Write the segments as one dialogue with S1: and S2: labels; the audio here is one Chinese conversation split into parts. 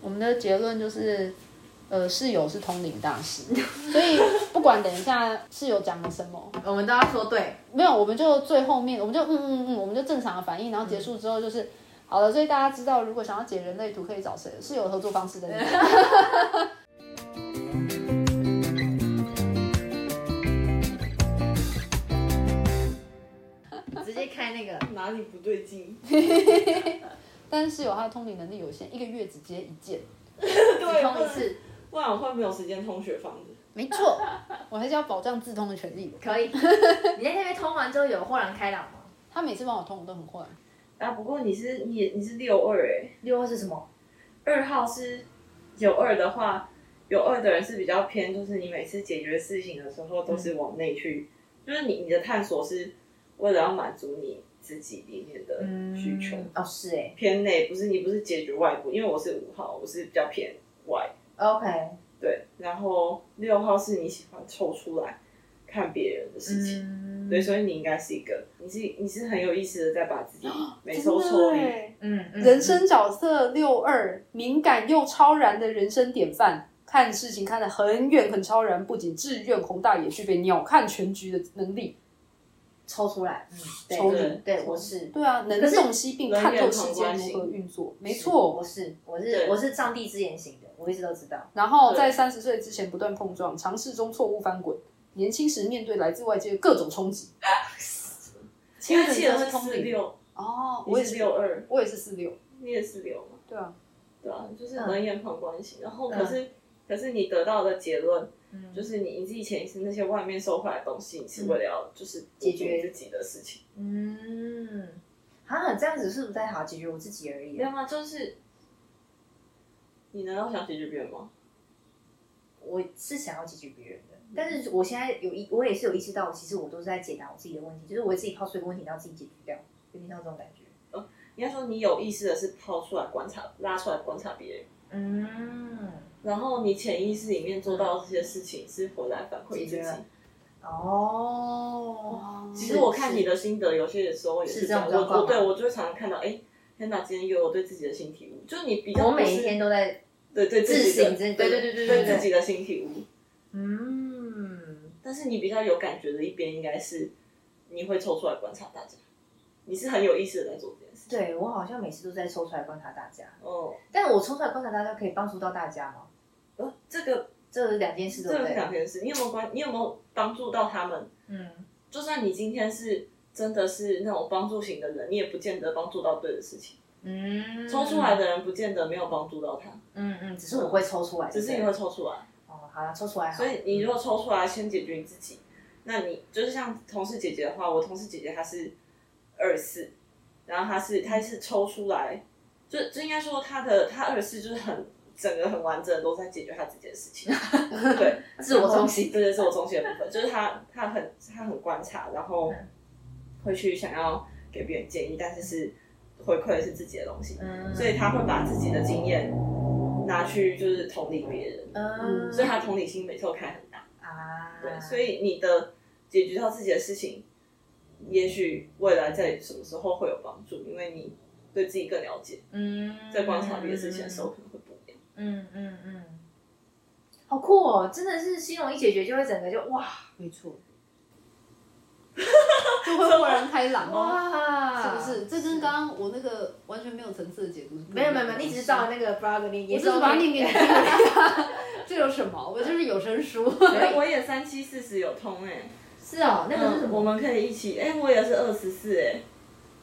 S1: 我们的结论就是，呃，室友是通灵大师， 所以不管等一下室友讲了什么，
S2: 我们都要说对，
S1: 没有，我们就最后面，我们就嗯嗯嗯，我们就正常的反应，然后结束之后就是、好了。所以大家知道，如果想要解人类图，可以找谁？是有合作方式的。
S2: 直接开 那个。
S3: 哪里不对劲？
S1: 但是室友他的通灵能力有限，一个月只接一件，
S3: 对，
S2: 通一次
S3: 不然我会没有时间通学房子。
S1: 没错，我还是要保障自通的权利的。
S2: 可以。你在那边通完之后有豁然开朗吗？
S1: 他每次帮我通，我都很坏。
S3: 啊，不过你是你你是六二哎，
S2: 六二是什么？
S3: 二号是有二的话，有二的人是比较偏，就是你每次解决事情的时候都是往内去，就是你你的探索是为了要满足你自己里面的需求，
S2: 哦，是哎、
S3: 嗯偏内不是你不是解决外部，因为我是五号，我是比较偏外，
S2: OK，
S3: 对，然后六号是你喜欢抽出来看别人的事情。
S2: 嗯
S3: 对，所以你应该是一个，你是你是很有意识的在把自己每
S1: 真
S3: 抽抽
S1: 的
S3: 离，
S1: 耶
S2: 嗯，嗯
S1: 人生角色六二，敏感又超然的人生典范，看事情看得很远很超然，不仅志愿宏大，也具备鸟看全局的能力。
S2: 抽出来，嗯，对
S1: 抽
S3: 离
S2: 对，我是，
S1: 对啊，能
S2: 可是
S1: 洞悉并看透世界
S3: 人
S1: 如
S3: 与人
S1: 何
S3: 同
S1: 运作，没
S2: 我
S1: 错。
S2: 是，我是，
S3: 对
S2: 我是上帝之眼型的，我一直都知道。
S1: 然后
S3: 对
S1: 在三十岁之前不断碰撞，尝试中错误翻滚，年轻时面对来自外界的各种冲击。
S3: 因为气
S1: 人
S3: 的
S1: 是
S3: 是
S1: 通
S3: 四
S1: 灵
S3: 六，
S1: 哦，我
S3: 你
S1: 也
S3: 是
S1: 是
S3: 六，二，
S1: 我也是四六，
S3: 你也是六嘛，
S1: 对啊，
S3: 对啊，就是
S2: 嗯
S3: 冷眼旁观型。然后
S2: 嗯
S3: 可是、可是你得到的结论
S2: 嗯，
S3: 就是你你自己潜意识那些外面收回来的东西，你是为了要就是
S2: 解决
S3: 补足自己的事情，
S2: 嗯，好像这样子是不是在好解决我自己而已啊
S3: 你知？道吗？就是你难道想解决别人吗？
S2: 我是想要解决别人的，但是我现在有意，我也是有意识到，其实我都是在解答我自己的问题，就是我自己抛出一个问题，然后自己解决掉，有点像这种感觉。
S3: 应该说你有意识的是抛出来观察，拉出来观察别人。
S2: 嗯，
S3: 然后你潜意识里面做到这些事情，是回来反馈
S2: 解
S3: 自
S2: 决
S3: 己。
S2: 了哦，
S3: 其实我看你的心得，有些时候也
S2: 是这
S3: 这样。
S2: 种状
S3: 我
S2: 况
S3: 我
S2: 吗
S3: 对我就会常常看到，哎、天哪，今天又有对自己的新体悟，就是你比较
S2: 嗯我
S3: 不是
S2: 每一天都在
S3: 对对自己
S2: 自省
S3: 的
S2: 这个
S3: 对对对对对自己的新体悟。
S2: 嗯，
S3: 但是你比较有感觉的一边，应该是你会抽出来观察大家，你是很有意识的在做这件事。
S2: 对我好像每次都在抽出来观察大家，
S3: 哦，
S2: 但我抽出来观察大家可以帮助到大家吗？
S3: 呃，这个
S2: 这是两件事，
S3: 这
S2: 对不
S3: 个是
S2: 对？
S3: 两件事，你有没有关？你有没有帮助到他们？
S2: 嗯，
S3: 就算你今天是真的是那种帮助型的人，你也不见得帮助到对的事情。
S2: 嗯，
S3: 抽出来，的人不见得没有帮助到他，
S2: 嗯嗯，只是我会抽出来，
S3: 只是
S2: 对
S3: 你
S2: 不
S3: 会
S2: 对
S3: 抽出来。
S2: 哦，好了，抽出来好，
S3: 所以你如果抽出来先解决你自己，那你就是像同事姐姐的话，我同事姐姐她是二四，然后她是她是抽出来，就就应该说她的她二四就是很整个很完整的都在解决她自己的 事情，对，
S2: 自我中心
S3: 对对，自我中心的部分，就是她她很她很观察，然后会去想要给别人建议，但是是回馈的是自己的东西，
S2: 嗯，
S3: 所以她会把自己的经验拿去就是同理别人，
S2: 嗯，
S3: 所以她同理心每次都开很大。
S2: 啊，
S3: 对，所以你的解决到自己的事情，也许未来在什么时候会有帮助，因为你对自己更了解，
S2: 嗯，
S3: 在观察别的事情的时候可能会不一样。
S2: 嗯，嗯嗯嗯，好酷哦，真的是心容一解决就会整个就哇
S1: 没错， 就会豁然开朗哦。
S2: 哇，
S1: 是不是？这跟刚刚我那个完全没有层次的解读是不一
S2: 没有
S1: 样
S2: 没
S1: 的
S2: 有没有，你只是照那个 blog 念，
S1: 我
S2: 也
S1: 就是把它念给你 听而已啊。这有什么？我就是有声 书。
S2: 嗯
S3: 哎，我也三七四十有通哎、
S2: 是哦，那个是什
S3: 嗯，我
S2: 么？
S3: 们可以一起。哎、我也是二十四哎，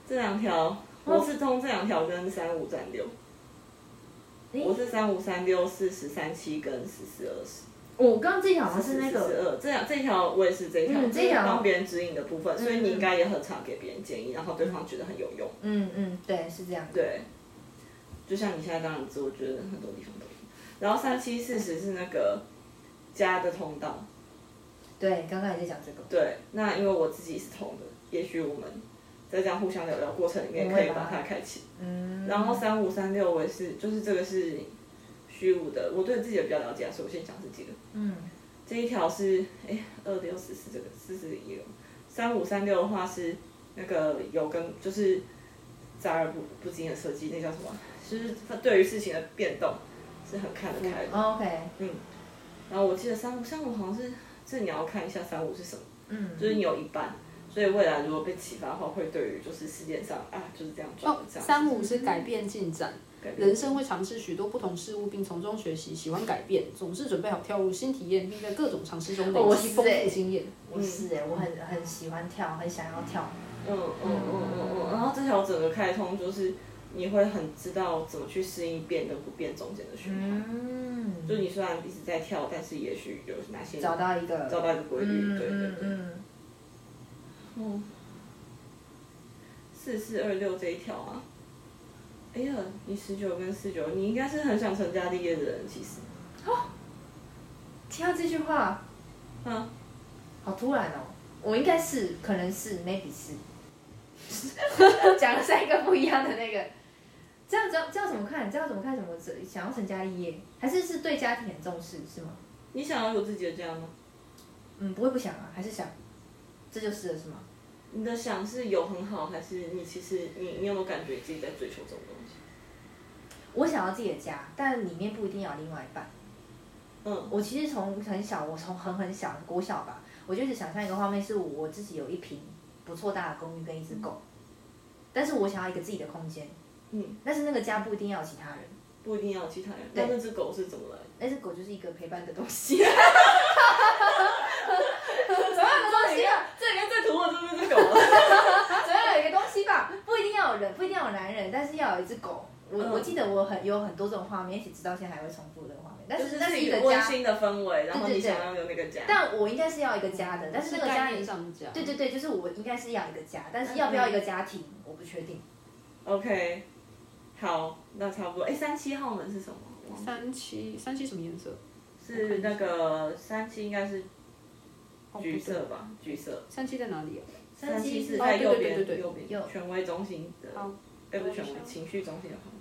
S3: 这两
S2: 哦
S3: 条我是通这两条跟三五三六，
S2: 诶
S3: 我是三五三六四十三七跟十四二十。
S2: 我刚刚这条好像是那
S3: 十
S2: 个，
S3: 二，这样这条我也是这一条，
S2: 嗯
S3: 就
S2: 这
S3: 是
S2: 条嗯
S3: 帮别人指引的部分，所以你应该也很常给别人建议，然后对方觉得很有用。
S2: 嗯嗯，对，是这样的，
S3: 对，就像你现在当然知，我觉得很多地方都有。然后三七四十是那个家的通道，
S2: 对，刚刚也在讲这个，
S3: 对，那因为我自己是通的，也许我们在这样互相聊聊过程里面
S2: 我
S3: 可
S2: 会
S3: 以
S2: 把
S3: 把
S2: 它
S3: 它开启。
S2: 嗯，
S3: 然后三五三六我也是，就是这个是虚无的，我对自己的比较了解啊，所以我先讲这几个。
S2: 嗯
S3: 这一条是哎二六十四这个四十一六，三五三六的话是那个有跟啊就是杂而不不精的设计，那叫什么？就是它对于事情的变动，是很看得开的。
S2: OK，
S3: 然后我记得三五三五好像是这你要看一下三五是什么，
S2: 嗯，
S3: 就是你有一半，所以未来如果被启发的话，会对于就是世界上啊就是这样转、
S1: 哦，
S3: 这样
S1: 三五是改变进展，
S3: 改变
S1: 人生会尝试许多不同事物，并从中学习，喜欢改变，总是准备好跳入新体验，并在各种尝试中
S2: 哦我
S1: 累积
S2: 是
S1: 丰
S2: 欸
S1: 富经验。
S2: 我是
S3: 欸
S2: 哎、我很很喜欢跳，很想要跳，
S3: 嗯嗯嗯嗯嗯，然后这条整个开通就是你会很知道怎么去适应变跟不变中间的循环。
S2: 嗯，
S3: 就你虽然一直在跳，但是也许有哪些
S2: 找到一个，
S3: 找到一个规律，
S2: 嗯
S3: 对对
S2: 嗯
S3: 对。
S2: 嗯，
S3: 嗯，四四二六这一条啊。哎呀，你十九跟四九，你应该是很想成家立业的人，其实。
S2: 听到这句话
S3: 啊，
S2: 好突然哦，我应该是，可能是，maybe 是， 讲了三个不一样的那个。这样这样这样怎么看？这样怎么看？怎么想要成家立业，还是是对家庭很重视，是吗？
S3: 你想要有自己的家吗？
S2: 嗯，不会不想啊，还是想，这就是了，是吗？
S3: 你的想是有很好，还是你其实你你有没有感觉自己在追求这种东西？
S2: 我想要自己的家，但里面不一定要有另外一半。
S3: 嗯
S2: 我其实从很小，我从很很小，国小吧，我就一直想象一个画面，是我自己有一平不错大的公寓跟一只狗，但是我想要一个自己的空间，
S3: 嗯，
S2: 但是那个家不一定要有其他人，
S3: 不一定要有其他人。
S2: 对
S3: 那那只狗是怎么来的？
S2: 那只狗就是一个陪伴的东西。 什么样的东西啊？
S3: 这里面最土的就是那只狗了。
S2: 总要有一个东西吧，不一定要有人，不一定要有男人，但是要有一只狗。我、
S3: 嗯
S2: 我记得我很有很多这种画面，也许直到现在还会重复这个画面，但
S3: 就是
S2: 是那
S3: 是
S2: 是一
S3: 一啊
S2: 个
S3: 个
S2: 家
S3: 温，馨的氛围，然后你想要有那个家。
S2: 但我应该是要一个家的，但是那个家
S1: 概
S2: 里
S1: 念上讲，
S2: 对对对，就是我应该是要一个家，
S3: 嗯
S2: 但是要不要一个家庭，我不确定。
S3: OK，好，那差不多。哎，三七号门是什么？我忘了
S1: 三七三七什么颜色？
S3: 是那个三七应该是
S1: 哦
S3: 橘。
S1: 不
S3: 色
S1: 对
S3: 吧？橘色。
S1: 三七在哪里啊？
S3: 三七是
S2: 哦
S3: 在
S1: 对
S3: 右
S1: 对
S3: 边，
S1: 对对对
S3: 右边
S2: 右
S3: 权威中心的，
S1: 好
S3: 哎，不是
S1: 我
S3: 权
S1: 想
S3: 威，情绪中心的旁边。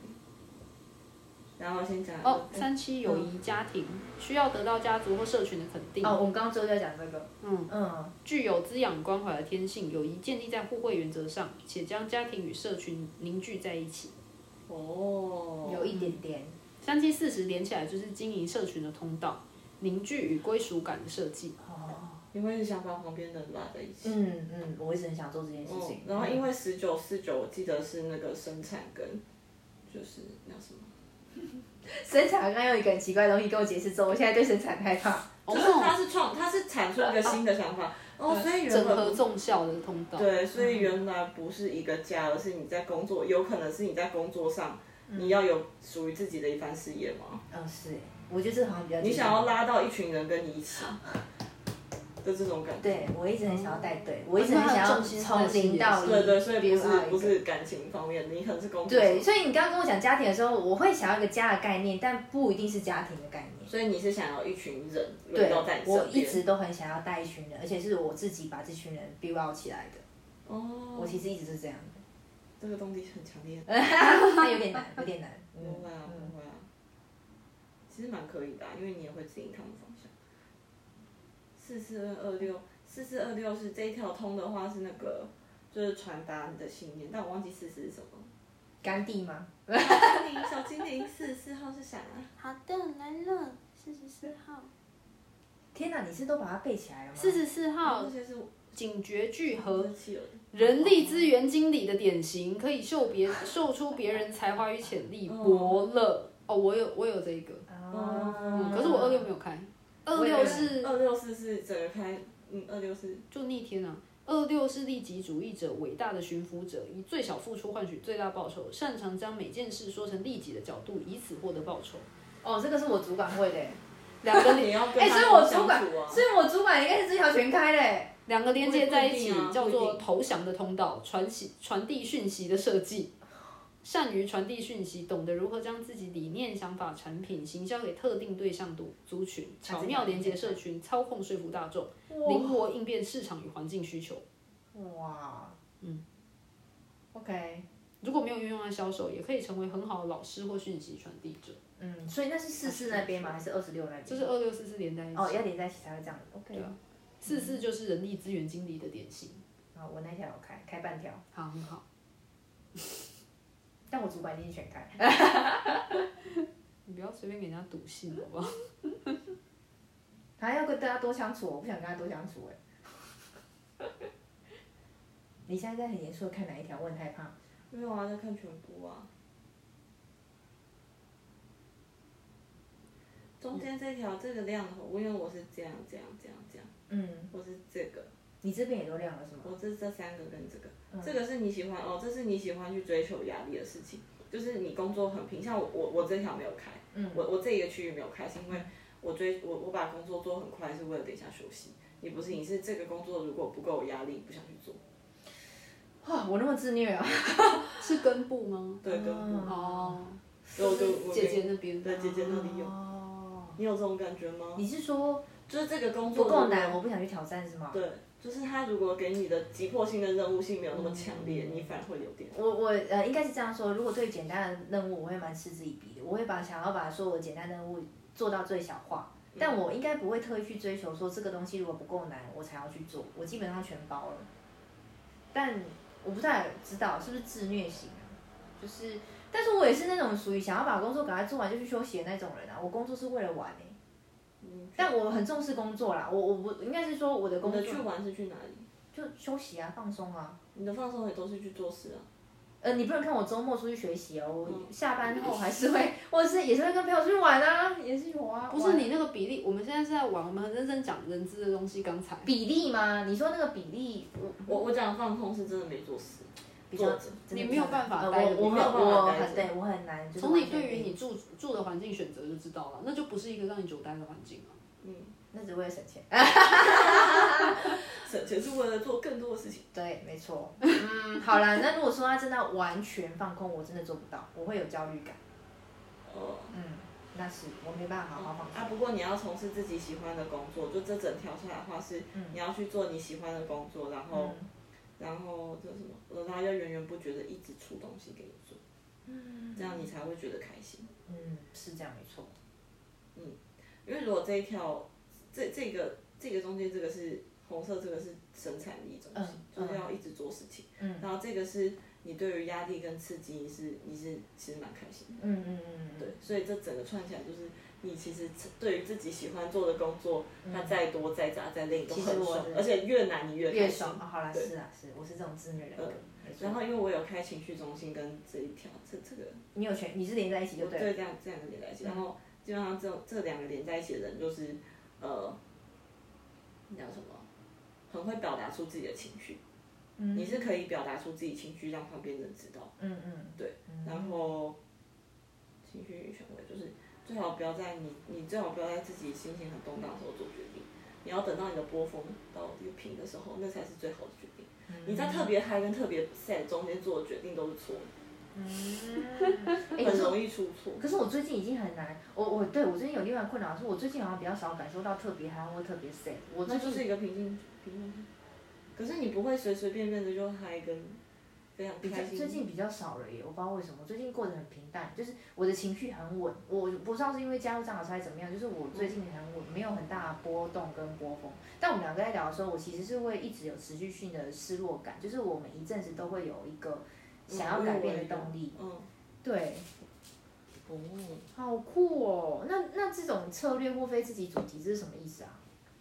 S3: 然后先讲
S1: 哦，
S3: 哎
S1: 三七友谊家庭需要得到家族或社群的肯定，
S2: 哦，我们刚刚最后在讲这个，
S1: 嗯
S2: 嗯，
S1: 具有滋养关怀的天性，友谊建立在互惠原则上，且将家庭与社群凝聚在一起。
S3: 哦，
S2: 有一点点，
S1: 三七四十连起来就是经营社群的通道，凝聚与归属感的设计。
S2: 哦，
S3: 你会一直想把旁边的人拉在一起。
S2: 嗯嗯，我一直很想做这件事
S3: 嗯
S2: 情，，
S3: 然后因为十九四九，我记得是那个生产跟就是那什么，
S2: 生产刚刚用一个很奇怪的东西跟我解释之后，我现在对生产害怕。
S3: 就是
S1: 哦
S3: 它是创，它是产出一个新的想法。哦，所以原
S1: 整
S3: 本
S1: 合
S3: 不
S1: 纵效的通道。
S3: 对，所以原来不是一个家，而是你在工作，有可能是你在工作上，你要有属于自己的一番事业嘛。
S2: 嗯，是耶，我觉得这好像比较
S3: 你
S2: 简单
S3: 想要拉到一群人跟你一起的这种感觉。
S2: 对，我一直很想要带队，我一
S3: 哦
S2: 直很想要从零到一，
S3: 对对，所以不
S2: build
S3: 是
S2: up 啊一个
S3: 不是感情方面，你可能是工作。
S2: 对，，所以你刚刚跟我讲家庭的时候，我会想要一个家的概念，但不一定是家庭的概念。
S3: 所以你是想要一群人围
S2: 对
S3: 绕在，你
S2: 我
S3: 身
S2: 一
S3: 边。
S2: 直都很想要带一群人，而且是我自己把这群人 build out 起来的。
S3: 哦，
S2: 我其实一直是这样的，
S3: 这个东西很强烈。
S2: 那有点难，有点难。
S3: 不
S2: 嗯
S3: 会啊，不会啊，其实蛮可以的、啊，因为你也会指引他们方向。四四二二六，四四二六是这一条通的话是那个，就是传达你的信念，但我忘记四四是 什么。
S2: 甘地吗？
S3: 小精灵，小精灵，四十四号是啥啊？
S4: 好的，来了，四十四号，
S2: 天哪，你是都把它背起来了吗？
S1: 四十四
S2: 哦
S1: 号
S3: 这些是我
S1: 警觉聚合
S3: 是，企鹅的。
S1: 人力资源经理的典型，可以秀别秀出别人才华与潜力，伯乐。哦，我有我有这一个，
S2: 哦
S1: 嗯，可是我二六没有开，二
S2: 我也
S1: 六
S2: 没
S1: 是
S3: 二六四是整个开，嗯，二六四。
S1: 就逆天啊。二六是利己主义者，伟大的驯服者，以最小付出换取最大报酬，擅长将每件事说成利己的角度，以此获得报酬。
S2: 哦，这个是我主管会的耶，
S1: 两个
S3: 你
S1: 连
S3: 要跟
S2: 哎，
S3: 他
S2: 所以我
S3: 相
S2: 主管
S3: 处，啊
S2: 所以我主管应该是这条全开嘞。
S1: 两个连接在一
S3: 不一
S1: 起
S3: 定啊，
S1: 叫
S3: 不一
S1: 做
S3: 定
S1: 投降的通道，传习传递讯息的设计。善于传递讯息，懂得如何将自己理念、想法、产品行销给特定对象族族群，巧妙连接社群，操控说服大众，灵活应变市场与环境需求。
S2: 哇，嗯，OK，
S1: 如果没有运用在销售，也可以成为很好的老师或讯息传递者。
S2: 嗯，所以那是四四那边吗？啊还是二十六那边？
S1: 就是二六四四连在一起。
S2: 哦，要连在一起才会这样子。OK，
S1: 四四就是人力资源经理的典型，
S2: 好，我那条有开，开半条，
S1: 好，很好。
S2: 但我主管一定是全开。
S1: 你不要随便给人家赌信，好不好？
S2: 还要跟大家多相处，我不想跟他多相处哎、哎 你现在在很严肃的看哪一条？我很害怕。
S3: 没有啊，在看全部啊。中间这条这个亮的，我因为我是这样这样这样这样，
S2: 嗯，
S3: 我是这个，
S2: 你这边也都亮了是吗？
S3: 我这这三个跟这个，
S2: 嗯
S3: 这个是你喜欢哦，这是你喜欢去追求压力的事情，就是你工作很平，像我我我这条没有开，
S2: 嗯
S3: 我我这一个区域没有开，是因为我追我我把工作做很快是为了等一下休息，你不是你是这个工作如果不够有压力不想去做，
S2: 哇，我那么自虐啊！
S1: 是根部吗？
S3: 对跟不，
S1: 哦，
S3: 所以我就我
S1: 姐姐
S3: 跟
S1: 那边
S3: 对姐姐那里有，
S2: 哦，
S3: 你有这种感觉吗？
S2: 你是说
S3: 就是这个工
S2: 不
S3: 作
S2: 够难，我不想去挑战是吗？
S3: 对，就是他如果给你的急迫性跟任务性没有那么强烈，
S2: 嗯
S3: 你反而会有点。
S2: 我我呃，应该是这样说。如果对简单的任务，我会蛮嗤之以鼻的。我会把想要把所有的简单任务做到最小化，嗯但我应该不会特意去追求说这个东西如果不够难，我才要去做。我基本上全包了，但我不太知道是不是自虐型啊，就是，但是我也是那种属于想要把工作赶快做完就去休息的那种人啊。我工作是为了玩欸
S3: 嗯
S2: 但我很重视工作啦。我我不应该是说我的工
S3: 你
S2: 作
S3: 的去玩是去哪里？
S2: 就休息啊，放松啊。
S3: 你的放松也都是去做事啊。
S2: 呃，你不能看我周末出去学习哦，我
S3: 嗯
S2: 下班后还是会， 我是也是会跟朋友出去玩啊，也是有啊。
S1: 不
S2: 玩
S1: 是你那个比例，我们现在是在玩，我们很认真讲人资的东西。刚才
S2: 比例吗？你说那个比例，我
S3: 我我讲的放空是真的没做事，
S2: 嗯比较
S3: 坐着。
S2: 真
S1: 你
S2: 的不
S1: 没有
S2: 想
S1: 办法
S2: 呃
S1: 待着
S2: 我我
S1: 比
S2: 很
S1: 较
S3: 没有
S2: 我
S3: 办法
S2: 很
S3: 待
S2: 对我很难，就是
S1: 从你
S2: 完全
S1: 对于
S2: 没
S1: 你住住的环境选择就知道了，那就不是一个让你久待的环境了。
S3: 嗯，
S2: 那只为了省钱，
S3: 省钱是为了做更多的事情。
S2: 对，没错。嗯，好啦，那如果说他真的完全放空，我真的做不到，我会有焦虑感。
S3: 哦。
S2: 嗯，那是我没办法好好
S1: 嗯
S2: 放松。
S3: 啊，不过你要从事自己喜欢的工作，就这整条下来的话是，
S2: 嗯
S3: 你要去做你喜欢的工作，然后，然后这什么，然后要源源不绝的一直出东西给你做，这样你才会觉得开心。
S2: 嗯，是这样没错。
S3: 因为如果这一条，这这个这个中间这个是红色，这个是生产力中心，
S2: 嗯
S3: 就是要一直做事情。
S2: 嗯
S3: 然后这个是你对于压力跟刺激，你是你是其实蛮开心的。
S2: 嗯嗯嗯嗯，
S3: 对，所以这整个串起来就是你其实对于自己喜欢做的工作，它再多再杂再累都
S2: 嗯其实
S3: 很
S2: 我
S3: 爽
S2: 是，
S3: 而且越难你越
S2: 越
S3: 开心
S2: 爽。啊！好啦，
S3: 对
S2: 是啊，是，我是这种自虐人格
S3: 嗯。
S2: 没错
S3: 然后因为我有开情绪中心跟这一条，这这个
S2: 你有全，你是连在一起就对嗯了。
S3: 对，这样这两个连在一起，然后基本上这种这两个连在一起的人，就是呃，你讲什么，很会表达出自己的情绪，
S2: 嗯
S3: 你是可以表达出自己情绪，让旁边人知道，
S2: 嗯嗯，
S3: 对，然后情绪权威就是最好不要在你你最好不要在自己心情很动荡的时候做决定。你要等到你的波峰到一个平的时候，那才是最好的决定。
S2: 嗯
S3: 你在特别嗨跟特别 sad 中间做的决定都是错的，
S2: 哎，可
S3: 很
S2: 是
S3: 容
S2: 我
S3: 易出错。
S2: 可是我最近已经很难，我我对我最近有另外一个困扰，是我最近好像比较少感受到特别嗨或特别 sad。我最
S3: 那就是
S2: 近
S3: 一个平静平静。可是你不会随随便便的就嗨跟非常
S2: 比较
S3: 开心。嗯
S2: 最近比较少了耶，我不知道为什么，我最近过得很平淡，就是我的情绪很稳，我不知道是因为加入张老师还是怎么样，就是我最近很稳，没有很大的波动跟波峰。但我们两个在聊的时候，我其实是会一直有持续性的失落感，就是我每一阵子都会有一个想要改变的动力。
S3: 嗯，
S2: 对，
S3: 哦，
S2: 好酷哦！那那这种策略或非自己主题，这是什么意思啊？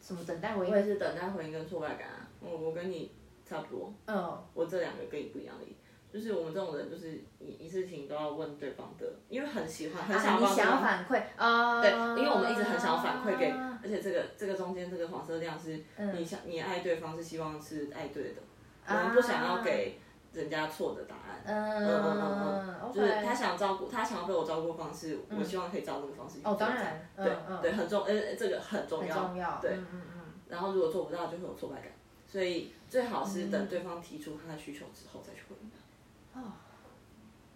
S2: 什么等待回
S3: 我
S2: 应？
S3: 也是等待回应跟挫败感啊。我我跟你差不多，
S2: 嗯
S3: 我这两个跟你不一样的，就是我们这种人就是一一事情都要问对方的，因为很喜欢很
S2: 啊，
S3: 想
S2: 你
S3: 要帮对
S2: 想要
S3: 方。
S2: 反馈啊？
S3: 对，因为我们一直很想要反馈给，而且这个这个中间这个黄色量是，
S2: 嗯
S3: 你想你爱对方是希望是爱对的，我
S2: 啊
S3: 们不想要给人家错的答案。
S2: 嗯
S3: 嗯嗯嗯嗯，就是
S2: OK
S3: 他想照顾，他想要被我照顾的方式，我希望可以照那个方式去做。
S2: 哦，当然，
S3: 对
S2: 嗯
S3: 对，
S2: 嗯，
S3: 很重，呃，这个很重
S2: 很
S3: 要，
S2: 重要，
S3: 对。
S2: 嗯嗯嗯，
S3: 然后如果做不到，就会有挫败感，所以最好是等对方提出他的需求之后再去回应他。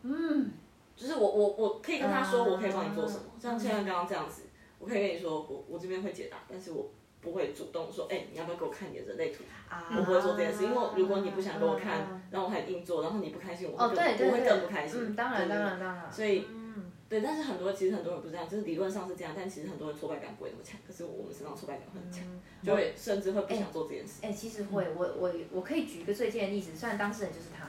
S1: 嗯，
S3: 就是我我我可以跟他说，
S2: 嗯
S3: 我可以帮你做什么，像现在刚刚这样子，我可以跟你说，我我这边会解答，但是我不会主动说，哎，你要不要给我看你的人类图？
S2: 啊
S3: 我不会做这件事，因为如果你不想给我
S2: 嗯嗯
S3: 看，然后我还硬做，然后你不开心，我
S2: 哦，
S3: 会
S2: 对
S3: 更
S2: 对
S3: 我
S2: 对，
S3: 会更不开心。
S2: 嗯，当然
S3: 对对
S2: 当
S3: 对
S2: 然当然，
S3: 所以
S2: 嗯，
S3: 对，但是很多其实很多人不是这样，就是理论上是这样，但其实很多人挫败感不会那么强。可是我们身上挫败感会很强，
S2: 嗯
S3: 就会甚至会不想做这件事。
S2: 哎，其实会，我我我可以举一个最近的例子，虽然当事人就是他，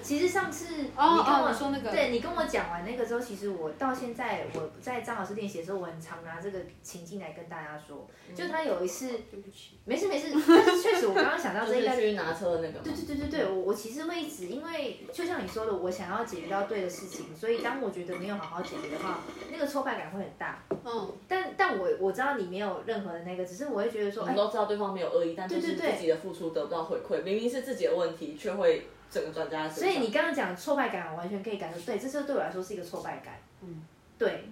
S2: 其实上次你跟
S1: 哦哦，
S2: 我
S1: 你说那个，
S2: 对你跟我讲完那个之后，其实我到现在我在张老师练习的时候，我很常拿这个情境来跟大家说。就他有一次，
S1: 对不起，
S2: 没事没事，但是确实我刚刚想到
S5: 就
S2: 啊这一
S5: 是
S2: 个，
S5: 去拿车的那个吗？
S2: 对对对对对，我我其实会一直，因为就像你说的，我想要解决到对的事情，所以当我觉得没有好好解决的话，那个挫败感会很大。
S3: 哦
S1: 嗯，
S2: 但但我我知道你没有任何的那个，只是我会觉得说，
S5: 我
S2: 哎
S5: 们，都知道对方没有恶意，但就
S2: 对
S5: 是
S2: 对对
S5: 自己的付出得不到回馈，明明是自己的问题，却会整个转嫁在身
S2: 所
S5: 上。
S2: 以你刚刚讲挫败感，我完全可以感受，对，这就对我来说是一个挫败感。
S1: 嗯，
S2: 对，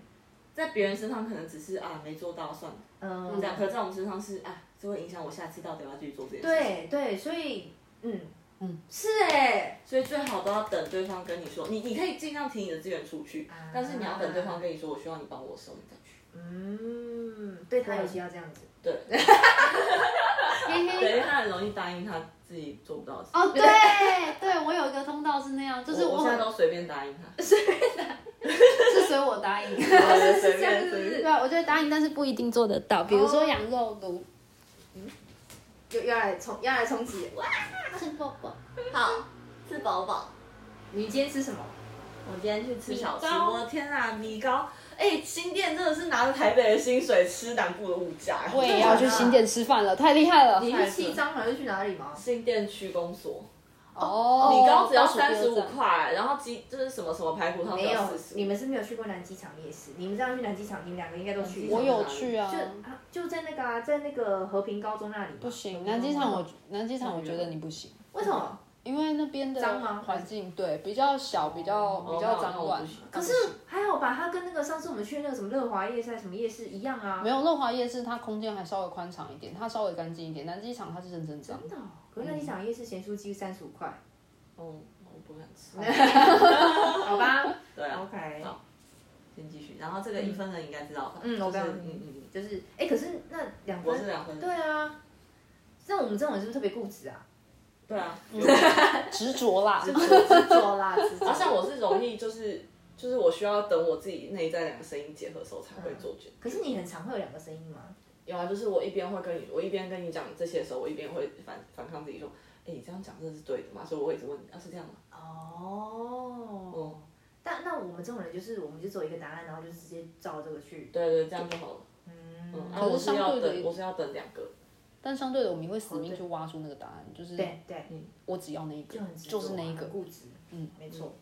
S3: 在别人身上可能只是啊没做到算了，
S2: 嗯、
S3: 这样，可是在我们身上是啊，这会影响我下次到底要不要继续做这件事。
S2: 对对，所以嗯
S1: 嗯
S2: 是哎、
S3: 所以最好都要等对方跟你说，你你可以尽量提你的资源出去
S2: 啊，
S3: 但是你要等对方跟你说，我需要你帮我的时候，你再去。
S2: 嗯，对他有需要这样子。
S1: 嘿嘿
S3: 对，因为他很容易答应他自己做不到的事。
S1: 哦，对对，我有一个通道是那样，就是
S3: 我
S1: 我
S3: 我现在都随便答应他，
S1: 是随我答 应。
S3: 随
S2: 这样子
S3: 便随
S1: 对
S3: 便。
S1: 啊，我觉得答应，但是不一定做得到。比如说
S3: 哦
S1: 羊肉炉、
S2: 又要来冲，要来冲击。哇！
S4: 吃饱饱，
S5: 好吃饱饱，
S2: 你今天吃什么？
S5: 我今天去吃小吃，
S1: 米糕
S5: 我的天啊，米糕！哎、新店真的是拿着台北的薪水吃南部的物价。
S1: 我也要去新店吃饭了，太厉害了！
S5: 你
S2: 去七张还啊是去哪里吗？
S5: 新店区公所，
S1: 哦，
S5: 米糕只要
S1: 倒
S5: 三
S1: 数
S5: 十
S1: 第
S5: 五
S1: 二站，
S5: 块，然后鸡就是什么什么排骨汤只
S2: 没有
S5: 要四，十。
S2: 你们是没有去过南机场夜市。你们这样去南机场，你们两个应该都去。
S1: 我有去啊
S2: 就。啊，就在那个啊，在那个和平高中那里嘛。
S1: 不行，南机场我南机场我觉得你不行，
S2: 为什么？
S1: 因为那边的
S2: 脏吗
S1: 环境对比较小，比较比较
S5: 哦那
S1: 脏
S5: 我
S1: 乱
S5: 不。行
S2: 可是还好吧，它跟那个上次我们去那个什么乐华夜市、什么夜市一样啊。
S1: 没有乐华夜市，它空间还稍微宽敞一点，它稍微干净一点。南机场它是认真脏，
S2: 真的哦，可是南机场夜市咸酥鸡三十五块，
S5: 嗯，我不敢吃。
S1: 嗯
S2: 好吧哎
S3: 对啊，
S2: ？OK。
S3: 先继续。然后
S5: 嗯
S3: 这个一分人应该知道吧？
S2: 嗯我
S3: 就是
S2: 刚
S3: 嗯嗯嗯，
S2: 就是，哎，可是那两
S3: 我是
S2: 分，
S3: 两分。
S2: 对 啊，那我们这种人是不是特别固执啊？
S3: 对啊，
S1: 执着啦。
S2: 执着啦，执
S5: 然
S3: 啊
S2: 着
S5: 后。像我是容易就是就是我需要等我自己内在两个声音结合的时候才会做决定。
S2: 可是你很常会有两个声音吗？
S5: 有啊，就是我一边会跟你，我一边跟你讲这些的时候，我一边会反反抗自己说，哎、你这样讲这是对的嘛？所以我会一直问你，啊是这样吗？
S2: 哦，
S5: 哦，
S2: 但那我们这种人就是，我们就走一个答案，然后就直接照这个去。
S5: 对对，这样就好了。
S2: 嗯，
S5: 啊，我
S1: 是相
S5: 是要
S1: 对的
S5: 等，我是要等两个。
S1: 但相对的，我们会死命去挖出那个答案，就是
S2: 对对，
S1: 我只要那一个
S2: 就很，执着啊
S1: 就是那一个
S2: 很。固执。
S1: 嗯，
S2: 没错。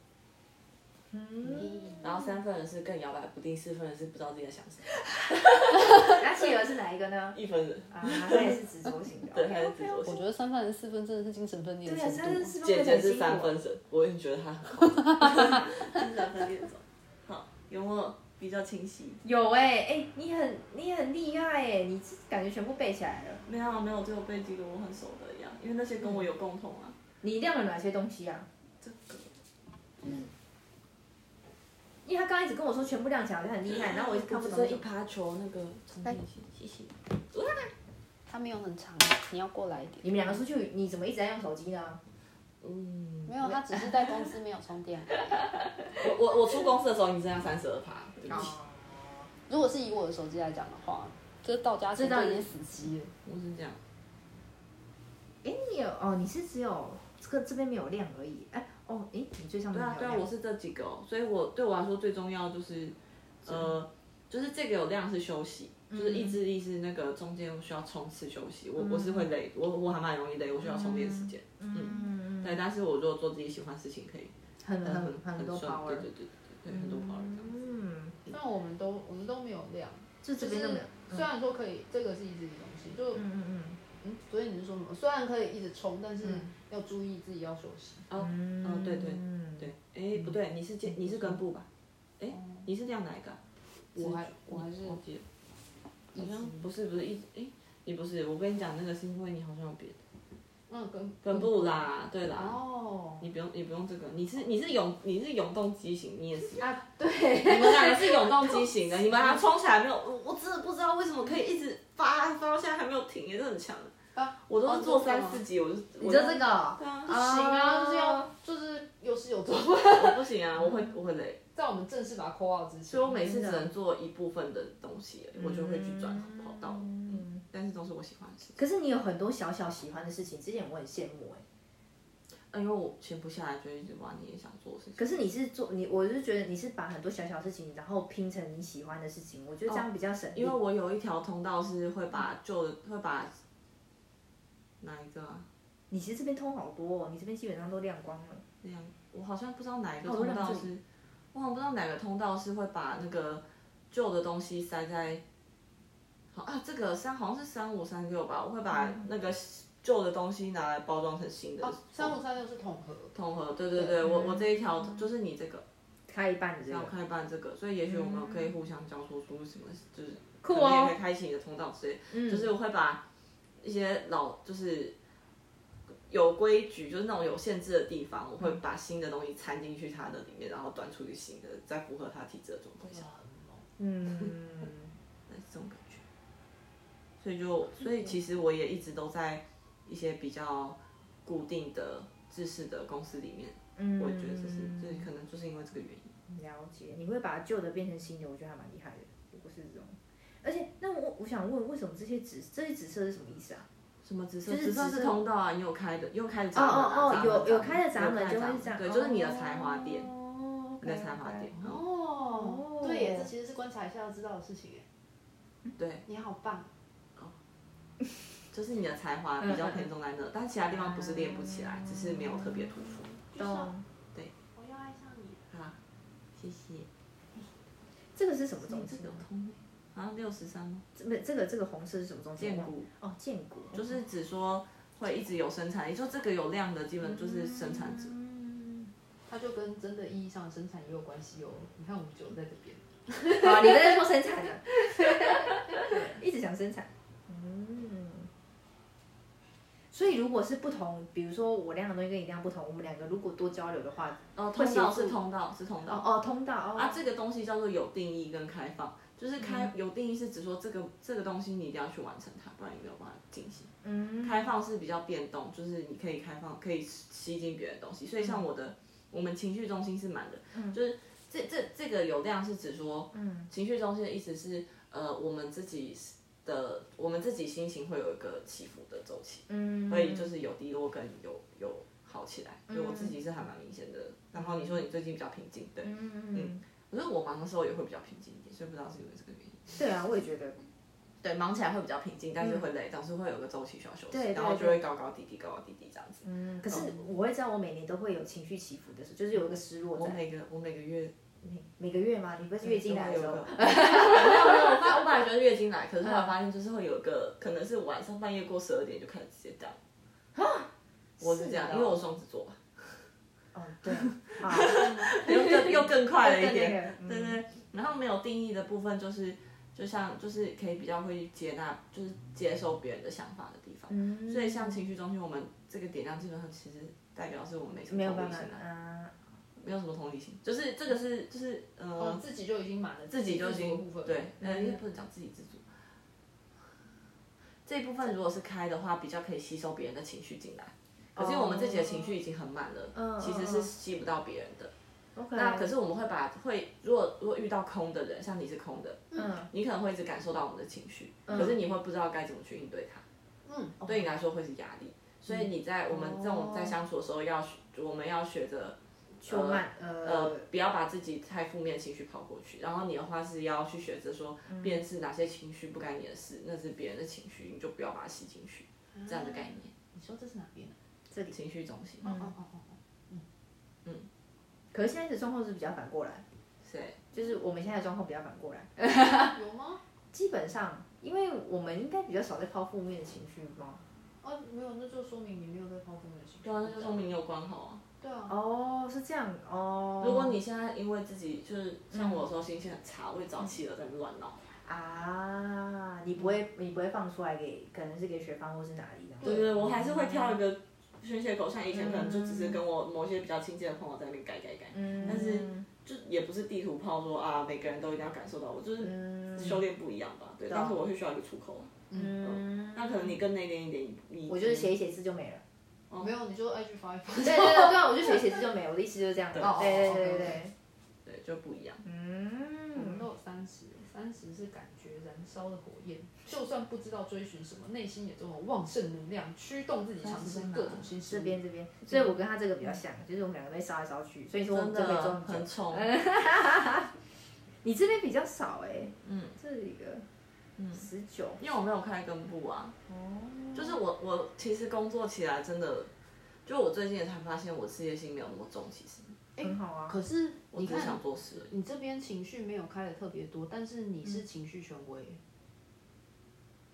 S2: 嗯，
S5: 然后三分人是更摇摆不定，四分人是不知道自己在想什么，
S2: 那企鹅是哪一个呢？
S5: 一分人
S2: 啊，他也是执着型 的。
S5: 对，他是执着
S1: 我
S5: 型。
S1: 觉得三分四分真的是精神分裂的
S2: 对啊，
S1: 程度
S2: 三分。是不
S5: 姐
S2: 是
S5: 姐
S2: 很
S5: 是
S2: 辛
S5: 三
S2: 苦？啊
S5: 分神，我已经觉得她很好。
S3: 三分裂走。好，有没有比较清晰？
S2: 有哎哎，你很你很厉害哎，你感觉全部背起来了。
S3: 没有没有，只有背几个我很熟的一样，因为那些跟我有共同啊。
S2: 你亮了哪些东西啊？
S3: 这个
S2: 因为他刚一直跟我说全部亮起来，好像很厉害，然后我一直看不懂那
S5: 这一
S2: 种。
S5: 趴球那个重点谢谢。
S1: 它没有很长，你要过来一点。
S2: 你们两个出去，你怎么一直在用手机呢？
S5: 嗯，
S1: 没有，它只是在公司没有充电。
S5: 我我我出公司的时候，你只剩下三十二趴，对不起。
S2: 哦，
S1: 如果是以我的手机来讲的话，就是到家前
S2: 知道
S1: 就已
S2: 你
S1: 经死机了。
S5: 我是这样，
S2: 哎，你有哦，你是只有这个这边没有亮而已。哎，哦，哎，你最上
S3: 对
S2: 面没
S3: 啊
S2: 有
S3: 对啊，
S2: 亮。
S3: 我是这几个、哦，所以我对我来说最重要就是，呃，就是这个有量是休息，
S2: 嗯
S3: 就是意志力是那个中间需要冲刺休息。我我是会累，我我还蛮容易累，我需要充电时间。
S2: 嗯，
S3: 对，但是我如果做自己喜欢的事情，可以
S2: 很
S3: 呃
S2: 很很多
S3: 顺
S2: power。
S3: 对对对对对，很多 power 这样子。
S2: 嗯，
S6: 但我们都我们都没有亮，
S2: 就这边都没有。
S6: 虽然说可以，这个是一直的东西，就
S2: 嗯嗯嗯
S6: 嗯，所以你是说什么？虽然可以一直冲，但是
S2: 嗯
S6: 要注意自己要休息。
S3: 哦
S2: 嗯
S3: 哦对对
S2: 嗯
S3: 对，哎不对，你是接你是根部吧？哎，你是量哪一个啊？
S6: 我
S1: 哎
S6: 还我还是
S3: 忘记了，好像不是不是一直哎，你不是，我跟你讲那个是因为你好像有别的
S6: 嗯跟
S3: 根部啦，对啦。
S6: 哦
S3: 你不用，你不用这个，你是你是永你是永动机型，你也是，
S1: 哎
S6: 啊对，
S3: 你们两个是永动机型的，你们俩冲起来没有？我我真的不知道为什么可以一直发发到现在还没有停，也是很强的。
S6: 啊
S3: 我都
S6: 哦
S3: 是
S6: 你
S3: 做
S6: 知道
S3: 三
S6: 吗
S3: 四集，我就我
S2: 你
S3: 就
S2: 就这个哦。
S3: 对啊，
S6: 行啊，
S2: 哦
S6: 就是要就是有始有 终，
S3: 我不行啊，我会我会累，
S6: 在我们正式把它扣 out 之前
S3: 所以，我每次
S2: 真的
S3: 只能做一部分的东西，我就会去转跑道，
S2: 嗯
S3: 嗯，但是都是我喜欢的事情。
S2: 可是你有很多小小喜欢的事情，之前我很羡慕哎。
S3: 哎因为我闲不下来，就一直玩你也想做的事情。
S2: 可是你是做你，我是觉得你是把很多小小事情，然后拼成你喜欢的事情，我觉得这样比较省力。
S3: 哦因为我有一条通道是会把旧的，会把哪一个啊？
S2: 你其实这边通好多、哦，你这边基本上都亮光了。
S3: 那样，我好像不知道哪一个
S2: 哦我
S3: 通
S2: 两
S3: 道
S2: 只
S3: 是，我好像不知道哪个通道是会把那个旧的东西塞在，好啊，这个三好像是三五三六吧，我会把
S2: 嗯
S3: 那个旧的东西拿来包装成新
S2: 哦
S3: 的。
S1: 三五三六是统合，
S3: 通盒，对对对，
S2: 嗯
S3: 我我这一条就是你这个，
S2: 开一半的这
S3: 要
S2: 个，
S3: 开办这个，所以也许我们可以互相交错出什么，就是
S2: 酷
S3: 可能
S2: 哦嗯
S3: 也可以开启你的通道之类。就是我会把一些老就是有规矩，就是那种有限制的地方，我会
S2: 嗯
S3: 把新的东西掺进去它的里面，然后端出一个新的，再符合它体质的状况下，
S2: 嗯，
S3: 那是这种感觉。所以就所以
S2: 哦
S3: 其实我也一直都在一些比较固定的制式的公司里面，
S2: 嗯
S3: 我也觉得这是就是可能就是因为这个原因。
S2: 了解，你会把旧的变成新的，我觉得还蛮厉害的。如果是这种，而且那我我想问，为什么这些紫这些紫色是什么意思啊？
S3: 什么紫色？
S2: 就是
S3: 紫色
S2: 紫
S3: 是
S2: 色
S3: 通道啊，你有开的，又开的
S2: 哦
S3: 闸门啊、
S2: 哦哦
S3: 闸门
S2: 有
S3: 闸
S2: 有
S3: 门
S2: 开的闸
S3: 有
S2: 门
S3: 开
S2: 就
S3: 闸
S2: 会
S3: 门
S2: 这样
S3: 对，就是你的
S2: 哦
S3: 才华点，
S2: 哦
S3: 你的才华点，
S1: 哦
S3: 嗯
S2: 哦
S1: 对耶，这其实是观察一下就知道的事情耶。
S3: 对。
S1: 你好棒，
S3: 就是你的才
S2: 嗯
S3: 华比较偏重在那，但其他地方不是练不起来，只是没有特别突出。
S2: 懂。
S7: 我又爱上你了。
S3: 啊，谢谢。
S2: 这个是什么东西
S3: 有？通啊，六十三吗？
S2: 这不这个这个红色是什么东西？
S3: 剑
S2: 我忘了
S3: 骨
S2: 哦，剑骨
S3: 就是只说会一直有生产力，就这个有量的，基本就是生产者。
S2: 嗯，
S1: 它就跟真的意义上的生产也有关系哦。你看我们就在这边，
S3: 啊
S2: 好，你在做生产 的，一直想生产。嗯，所以如果是不同，比如说我量的东西跟你量不同，我们两个如果多交流的话，
S3: 哦，
S2: 会
S3: 通道
S2: 协助
S3: 是通道是通
S2: 哦
S3: 道
S2: 哦，通道哦，嗯
S3: 啊，这个东西叫做有定义跟开放，就是开有定义是指说这个这个东西你一定要去完成它，不然你没有办法进行。
S2: 嗯，
S3: 开放是比较变动，就是你可以开放，可以吸进别人的东西。所以像我的，我们情绪中心是满的，就是这这这个有量是指说，
S2: 嗯
S3: 情绪中心的意思是，呃，我们自己的我们自己心情会有一个起伏的周期，
S2: 嗯，
S3: 所以就是有低落跟有有好起来。对我自己是还蛮明显的。然后你说你最近比较平静，对，
S2: 嗯嗯，
S3: 可是我忙的时候也会比较平静一点，所以不知道是因为这个原因。
S2: 对啊，我也觉得，
S3: 对，忙起来会比较平静，但是会累，总是会有个周期需要休息，
S2: 对对
S3: 然后就
S2: 对
S3: 会高高低低，高高低低这样子。
S2: 嗯，可是我会知道我每年都会有情绪起伏的时候，就是有一个失落
S3: 我
S2: 在
S3: 每个我每个月
S2: 每每个月嘛，你不是月经来 的时候
S3: 都会有，一个 嗯没有没有，我发我本来觉得月经来，可是后来发现就是会有一个，可能是晚上半夜过十二点就开始直接掉。我是这样，
S2: 是哦
S3: 因为我双子 座吧，
S2: 哦 对，好，
S3: 又更又更快了一
S2: 又
S3: 点，
S2: 更那个嗯
S3: 对对。对然后没有定义的部分就是，就像就是可以比较会接纳，就是接受别人的想法的地方。
S2: 嗯
S3: 所以像情绪中心，我们这个点量基本上其实代表是我们没什么
S2: 没有
S3: 同
S2: 办
S3: 理
S2: 法
S3: 心啊，
S2: 啊，
S3: 没有什么同理心，就是这个是就是
S1: 哦
S3: 呃，
S1: 自己就已经满了
S3: 自己就已
S1: 自足的
S3: 经
S1: 部分，
S3: 对，呃，
S1: 嗯
S3: 因为不能讲自己自主。这一部分如果是开的话，比较可以吸收别人的情绪进来。可是因为我们自己的情绪已经很满了，
S2: 嗯
S3: 其实是吸不到别人的。
S2: 那
S3: 那可是我们会把会，如果如果遇到空的人，像你是空的，
S2: 嗯
S3: 你可能会一直感受到我们的情绪，可是你会不知道该怎么去应对它。
S1: 嗯，
S3: 对你来说会是压力，所以你在我们这种在相处的时候要学，我们要学着
S2: 就慢呃
S3: 呃，不要把自己太负面情绪跑过去。然后你的话是要去学着说，辨识哪些情绪不该你的事，那是别人的情绪，你就不要把它吸进去，这样的概念。
S1: 嗯
S3: 嗯
S1: 你说这是哪边啊？
S2: 这里。
S3: 情绪中心，
S1: 哦哦哦哦哦，
S2: 可是现在的状况是比较反过来，
S3: 对，
S2: 就是我们现在的状况比较反过来。
S1: 有吗？
S2: 基本上，因为我们应该比较少在抛负面的情绪吗？
S1: 哦，没有，那就说明你没有在抛负面情绪。
S3: 对啊，那就说明你有关好啊。
S1: 对啊，
S2: 哦，是这样哦。
S3: 如果你现在因为自己就是像我有时候心情很差，我也早起了在那边乱闹，
S2: 啊，你不会，你不会放出来给，可能是给学方或是哪里的。
S3: 对对，我还是会挑一个宣泄口，像以前可能就只是跟我某些比较亲近的朋友在那边改改改，
S2: 嗯，
S3: 但是就也不是地图炮说啊，每个人都一定要感受到我，就是
S2: 嗯
S3: 修炼不一样吧，对，但是我会需要一个出口。
S2: 嗯，
S3: 那可能你更内敛一点，你你
S2: 我就是写一写字就没了。
S3: 哦
S1: 没有，你就 IG 发一发。
S2: 对对对对啊，我就写一写字就没了，我的意思就是这样。对
S3: 哦
S2: 对对对对，
S3: 对就不一样。
S2: 嗯，
S1: 都有三十，三十是感觉燃烧的火焰，就算不知道追寻什么，内心也这种旺盛能量驱动自己尝试各种新事
S2: 这
S1: 物。
S2: 边这边，所以我跟他这个比较像，就是我们两个被烧来烧去，所以说我
S3: 真
S2: 们这边
S3: 的
S2: 中
S3: 很冲，
S2: 你这边比较少哎、
S3: 嗯，
S2: 这里一个，十九，
S3: 因为我没有开根部啊。就是我我其实工作起来真的，就我最近也才发现我事业心没有那么重，其实
S2: 很好啊。
S1: 可是
S3: 我
S1: 你
S3: 只
S1: 看
S3: 想，做事而已。
S1: 你这边情绪没有开的特别多，但是你是情绪权威。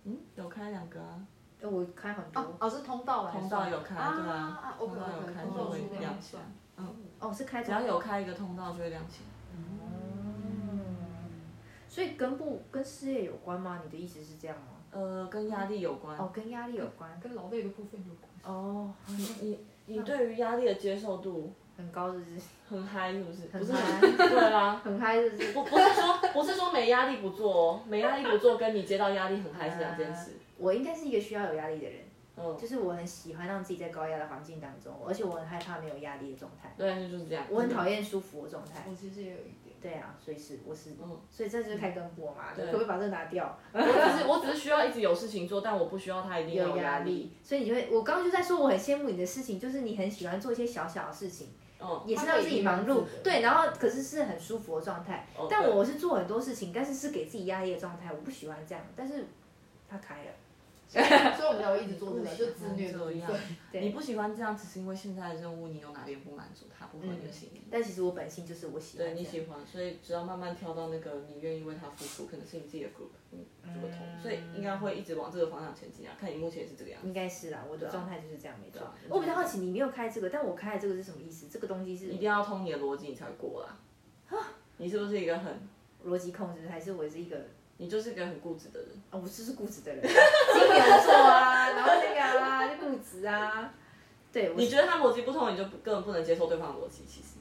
S3: 嗯，有开两个啊，
S2: 哎我开很
S1: 哦
S2: 多，
S1: 哦，是通道来
S3: 通道
S1: 算
S3: 有开，
S1: 啊
S3: 对
S1: 啊
S3: 啊，
S1: ，OK
S3: 通道
S1: OK，
S3: 有开
S1: 通
S3: 就
S1: 道
S3: 会
S1: 出量
S3: 亮起来
S1: 算。。
S3: 嗯，
S2: 哦，是开
S3: 只
S2: 通
S3: 要有开一个通道就会亮起来。
S1: 嗯
S2: 所以根部跟事业有关吗？你的意思是这样吗？
S3: 呃，跟压力有关。
S2: 哦，跟压力有关。
S1: 跟劳累的部分有关。
S2: 哦，
S3: 你你对于压力的接受度
S2: 很高是不是？
S3: 很嗨是不是？不
S2: 很
S3: 是，
S2: 嗨
S3: 对啊。
S2: 很嗨 是不是？
S3: 不不是说不是说没压力不做哦，没压力不做跟你接到压力很嗨是两件事。
S2: 呃我应该是一个需要有压力的人，
S3: 嗯，
S2: 就是我很喜欢让自己在高压的环境当中，而且我很害怕没有压力的状态，
S3: 对，那就是这样。
S2: 我很讨厌舒服的状态。
S1: 我其实也有一 点，
S2: 对啊，所以是我是，
S3: 嗯
S2: 所以这就是开根部嘛，可
S3: 对
S2: 不可以把这个拿掉？
S3: 我只是我只是需要一直有事情做，但我不需要他一定要
S2: 有压
S3: 压力。，
S2: 所以你就会，我刚刚就在说我很羡慕你的事情，就是你很喜欢做一些小小的事情，
S3: 嗯，
S2: 也是让自己忙碌
S1: 它可以影响自己，的
S2: 对，然后可是是很舒服的状态。
S3: 哦
S2: 但
S3: 对
S2: 我是做很多事情，但是是给自己压力的状态，我不喜欢这样。但是他开
S3: 嗯
S2: 了，
S1: 所以我们要一直做这个，就自虐的部
S3: 这样
S1: 分。
S2: 对
S3: 你不喜欢这样，只是因为现在的任务你有哪边不满足他，不合你的心意。
S2: 但其实我本性就是我喜欢
S3: 对
S2: 这
S3: 嗯你
S2: 样。
S3: 喜欢，所以只要慢慢挑到那个你愿意为他付出，可能是你自己的 group，嗯，就会通，所以应该会一直往这个方向前进啊。看你目前也是这个样
S2: 应
S3: 子，
S2: 该是啦，我的状态就是这样，没错
S3: 对啊。
S2: 我比较好奇，你没有开这个，但我开的这个是什么意思？这个东西是
S3: 一定要通你的逻辑，你才会过啦。你是不是一个很，
S2: 逻辑控制，还是我是一个
S3: 你就是一个很固执的人？
S2: 啊、我就是固执的 人，金牛座啊，然后那个啊，就固执啊。对，我
S3: 你觉得他逻辑不通，你就不根本不能接受对方的逻辑。其实，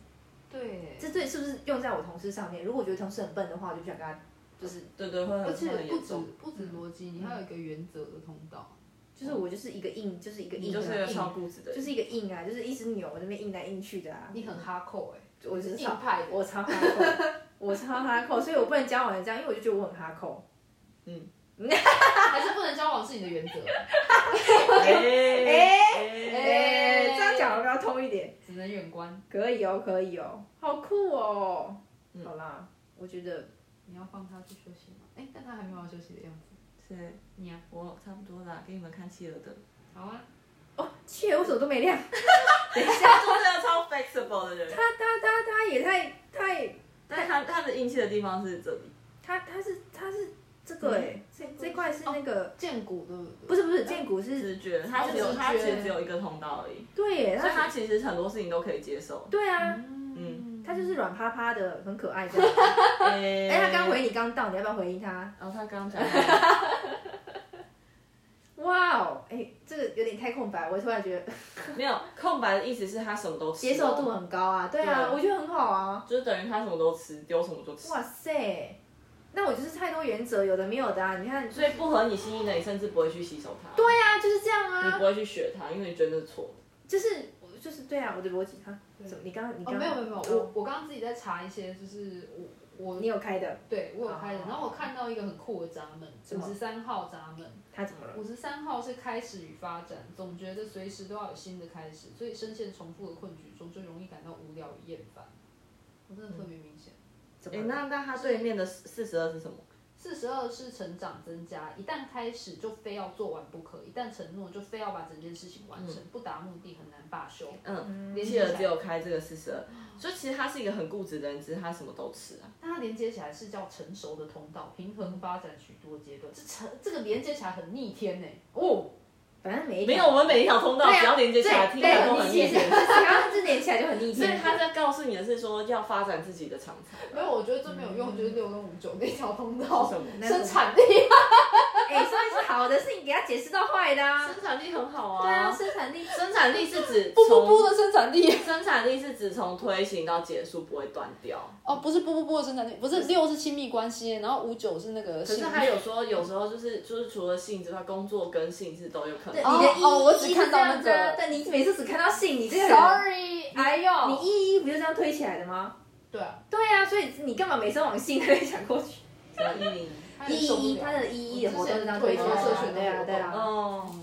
S1: 对，
S2: 这对是不是用在我同事上面？如果我觉得同事很笨的话，我就不想跟他，就是
S3: 对对，会很
S1: 而
S3: 会
S1: 且
S3: 很
S1: 不
S3: 严
S1: 止
S3: 重。
S1: 不止逻辑，你还有一个原则的通道。
S2: 就是我就是一个硬，就是一个
S3: 你
S2: 硬、啊，
S3: 就是一个
S2: 硬
S3: 超固执的人，
S2: 就是一个硬啊，就是一直扭那边硬来硬去的啊。
S1: 你很哈扣哎，
S2: 我是
S1: 是硬
S2: 超
S1: 派的
S2: 我超哈扣，我超哈扣，所以我不能交往人这样，因为我就觉得我很哈扣。
S1: 还是不能交往是你的原 则，
S2: 啊
S3: 哎
S2: 哎、
S3: 哎，
S2: 这样讲要不要通一点？
S1: 只能远观。
S2: 可以哦，可以哦，好酷哦。
S3: 嗯
S2: 好啦，我觉得
S1: 你要放他去休息吗？哎，但他还没有要休息的样子。
S2: 哎
S3: 是
S1: 你啊，
S3: 我差不多啦，给你们看企鹅的。
S1: 好啊，
S2: 哦，切，我手都没亮，
S3: 等一下，就是个超 flexible 的人
S2: 他，他他他也太太，
S3: 但他他的硬气的地方是这里。
S2: 他他是他是这个哎、这这块是那个、
S1: 剑骨的
S2: 不是不是剑骨是
S3: 直觉，他只有
S1: 直觉
S3: 他其实只有一个通道而已，
S2: 对耶，
S3: 所以
S2: 他。
S3: 他其实很多事情都可以接受
S2: 对啊，
S1: 嗯，
S2: 他就是软趴趴的，很可爱这样。
S3: 哎
S2: 哎、他刚，回你刚到，你要不要回应他？
S3: 然后他刚 讲话，
S2: 哇哦，哎、这个有点太空白，我突然觉得
S3: 没有空白的意思是他什么 都吃，
S2: 接受度，很高啊，对啊，
S3: 对
S2: 我觉得很好啊，
S3: 就是等于他什么都吃，丢什么就吃。
S2: 哇塞，那我就是太多原则，有的没有的啊，你看，
S3: 所以不合你心意的，你甚至不会去吸收它，
S2: 对啊，就是这样
S3: 你
S2: 啊
S3: 不，会去学它，因为你觉得那是错的。
S2: 就是我就是对啊，我的逻辑哈，怎么你刚刚你
S1: 哦，
S2: 刚
S1: 没
S2: 刚、
S1: 有没有没有，我我刚刚自己在查一些，就是我我
S2: 你有开的，
S1: 对我有开的，
S2: 哦
S1: 然后我看到一个很酷的闸门，
S2: 什
S1: 五
S2: 么
S1: 十三号闸门。
S2: 他怎么了？
S1: 五十三号是开始与发展，总觉得随时都要有新的开始，所以深陷重复的困局中，就容易感到无聊与厌烦。我真的特别明显。
S2: 怎
S3: 哎
S2: 么，了？
S3: 那那他对面的四十二是什么？
S1: 四十二是成长增加，一旦开始就非要做完不可，一旦承诺就非要把整件事情完成，不达目的很难罢休。
S3: 嗯，
S1: 连
S3: 企
S1: 接
S3: 鹅
S1: 起
S3: 只
S1: 来，
S3: 有开这个四十二，所以其实他是一个很固执的人，只是他什么都吃啊。
S1: 那它连接起来是叫成熟的通道，平衡发展许多阶段。这成这个连接起来很逆天呢、
S2: 哦，反正每一条
S3: 没有，我们每一条通道
S2: 对啊
S3: 只要连接起来，
S2: 对
S3: 听起来都
S2: 对
S3: 很
S2: 你
S3: 黏
S2: 其实只要这连起来就很逆
S3: 所以
S2: 天。
S3: 他在告诉你的是说要发展自己的长才。
S1: 没哎有，我觉得最没有用就是六跟五九那条通道
S3: 是什么，
S2: 那
S1: 生产力
S2: 哎，所以是好的事情给他解释到坏的啊。
S3: 生产力很好啊。
S2: 对啊，生产力
S3: 生产力是指
S1: 不不
S3: 从
S1: 不的生产力。
S3: 生产力是指从推行到结束不会断掉。
S8: 哦，不是不不不的生产力，不是六是亲密关系，然后五九是那个
S3: 可是
S8: 性
S3: 他有说，有时候就是就是除了性之外，工作跟性是都有可能。
S2: 对
S3: 哦
S2: 你的意义、
S8: 哦我只看到那个
S2: 一直这样子啊但你每次只看到性，你这个人
S8: ，sorry，
S2: 哎
S1: 呦
S2: 你意义不就这样推起来的吗？
S1: 对啊，
S2: 对啊，所以你干嘛每次往性推想过去？
S3: 要一零
S2: 一一 一，他的一一的活动让推出
S1: 我之前
S2: 社
S1: 推
S2: 群，
S1: 出
S2: 对啊对啊，
S3: 哦，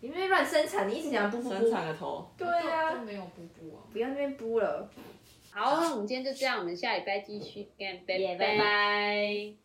S2: 你们乱生产，你一直讲不不
S3: 生
S2: 不，
S3: 产个头，
S2: 对
S1: 就
S2: 啊，
S1: 没有补补啊。
S2: 不要那边不了。
S9: 好，那我们今天就这样，我们下礼拜继续干，拜
S2: 也拜
S9: 拜拜。